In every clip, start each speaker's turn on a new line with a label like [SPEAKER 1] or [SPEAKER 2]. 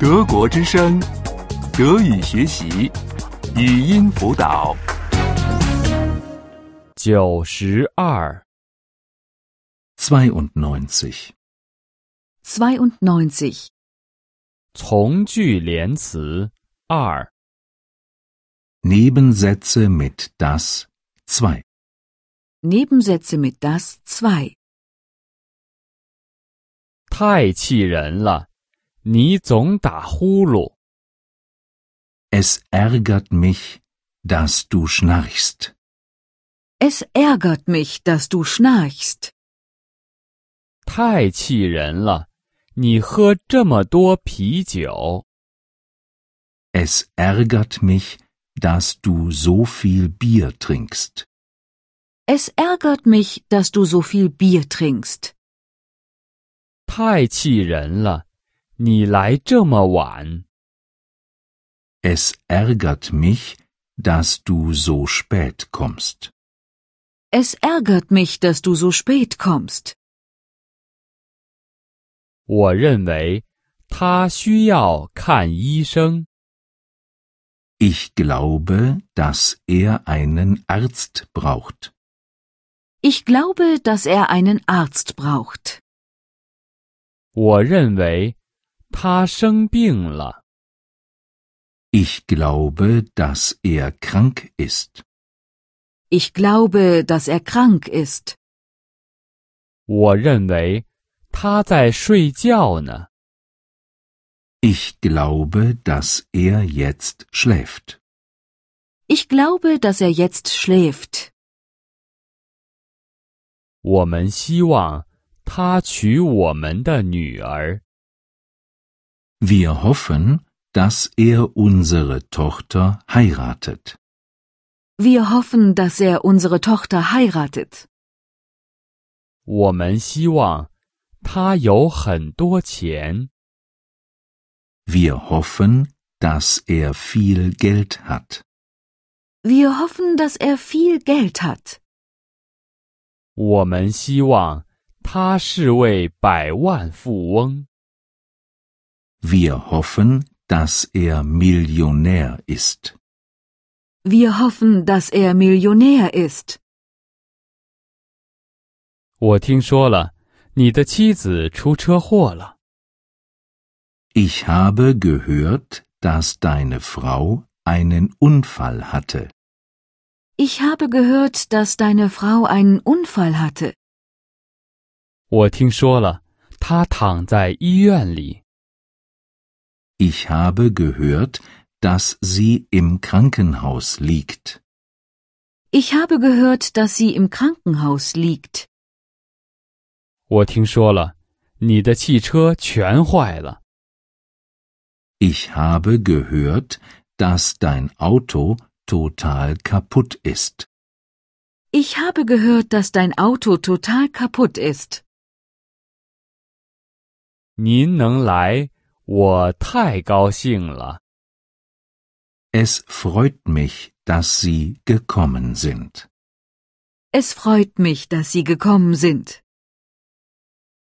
[SPEAKER 1] 德国之声，德语学习，语音辅导。
[SPEAKER 2] 九十二，
[SPEAKER 3] 92.
[SPEAKER 4] 92.
[SPEAKER 2] 从句连词二，
[SPEAKER 3] Nebensätze mit das 2.
[SPEAKER 4] Nebensätze mit das 2.
[SPEAKER 2] 太气人了！你总打呼噜，
[SPEAKER 3] Es ärgert mich, dass du schnarchst.
[SPEAKER 4] Es ärgert mich, dass du schnarchst.
[SPEAKER 2] 太气人了！你喝这么多啤酒，
[SPEAKER 3] Es ärgert mich, dass du so viel Bier trinkst.
[SPEAKER 4] Es ärgert mich, dass du so viel Bier trinkst.
[SPEAKER 2] 太气人了！你来这么晚，
[SPEAKER 3] Es ärgert mich, dass du so spät kommst.
[SPEAKER 4] Es ärgert mich, dass du so spät kommst.
[SPEAKER 2] 我认为他需要看医生。
[SPEAKER 3] Ich glaube, dass er einen Arzt braucht.
[SPEAKER 4] Ich glaube, dass er einen Arzt braucht.
[SPEAKER 2] 我认为他生病了。
[SPEAKER 3] Ich glaube, dass er krank ist.
[SPEAKER 4] Ich glaube, dass er krank ist.
[SPEAKER 2] 我认为他在睡觉呢。
[SPEAKER 3] Ich glaube, dass er jetzt schläft.
[SPEAKER 4] Ich glaube, dass er jetzt schläft.
[SPEAKER 2] 我们希望他娶我们的女儿。
[SPEAKER 3] Wir hoffen, dass er unsere Tochter heiratet.
[SPEAKER 4] Wir hoffen, dass er unsere Tochter heiratet.
[SPEAKER 2] 我们希望他有很多钱。
[SPEAKER 3] Wir hoffen, dass er viel Geld hat.
[SPEAKER 4] Wir hoffen, dass er viel Geld hat.
[SPEAKER 2] 我们希望他是位百万富翁。
[SPEAKER 3] Wir hoffen, dass er Millionär ist.
[SPEAKER 4] Wir hoffen, dass er Millionär ist.
[SPEAKER 2] 我听说了，你的妻子出车祸了。
[SPEAKER 3] Ich habe gehört, dass deine Frau einen Unfall hatte.
[SPEAKER 4] Ich habe gehört, dass deine Frau einen Unfall hatte.
[SPEAKER 2] 我听说了，他躺在医院里。
[SPEAKER 3] Ich habe gehört, dass sie im Krankenhaus liegt.
[SPEAKER 4] Ich habe gehört, dass sie im Krankenhaus liegt.
[SPEAKER 2] 我听说了，你的汽车全坏了。
[SPEAKER 3] Ich habe gehört, dass dein Auto total kaputt ist.
[SPEAKER 4] Ich habe gehört, dass dein Auto total kaputt ist.
[SPEAKER 2] 您能来，我太高兴了。
[SPEAKER 3] Es freut mich, dass Sie gekommen sind.
[SPEAKER 4] Es freut mich, dass Sie gekommen sind.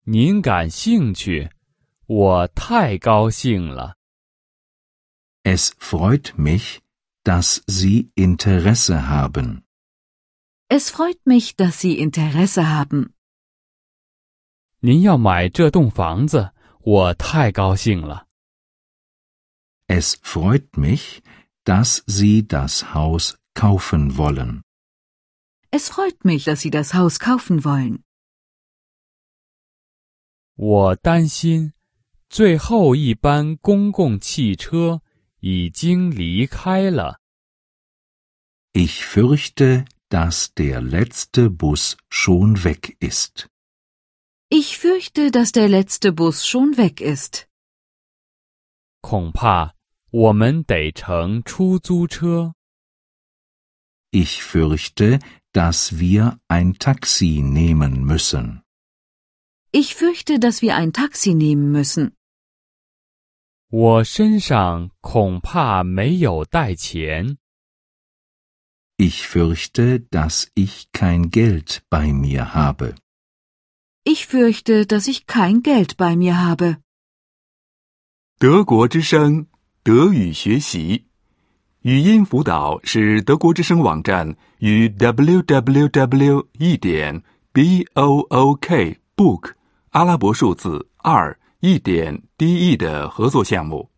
[SPEAKER 2] 您感兴趣，我太高兴了。
[SPEAKER 3] Es freut mich, dass Sie Interesse haben.
[SPEAKER 4] Es freut mich, dass Sie Interesse haben.
[SPEAKER 2] 您要买这栋房子，我太高兴了。
[SPEAKER 3] Es freut mich, dass Sie das Haus kaufen wollen.
[SPEAKER 4] Es freut mich, dass Sie das Haus kaufen wollen.
[SPEAKER 2] 我担心最后一班公共汽车已经离开了。
[SPEAKER 3] Ich fürchte, dass der letzte Bus schon weg ist.
[SPEAKER 4] Ich fürchte, dass der letzte Bus schon weg ist.
[SPEAKER 2] 恐怕我们得乘出租车。
[SPEAKER 3] Ich fürchte, dass wir ein Taxi nehmen müssen.
[SPEAKER 4] Ich fürchte, dass wir ein Taxi nehmen müssen.
[SPEAKER 2] 我身上恐怕没有带钱。
[SPEAKER 3] Ich fürchte, dass ich kein Geld bei mir habe.
[SPEAKER 4] Ich fürchte, dass ich kein Geld bei mir habe.
[SPEAKER 1] 德国之声德语学习语音辅导是德国之声网站与 www. 一点 b o o k book 阿拉伯数字二一点 d e 的合作项目。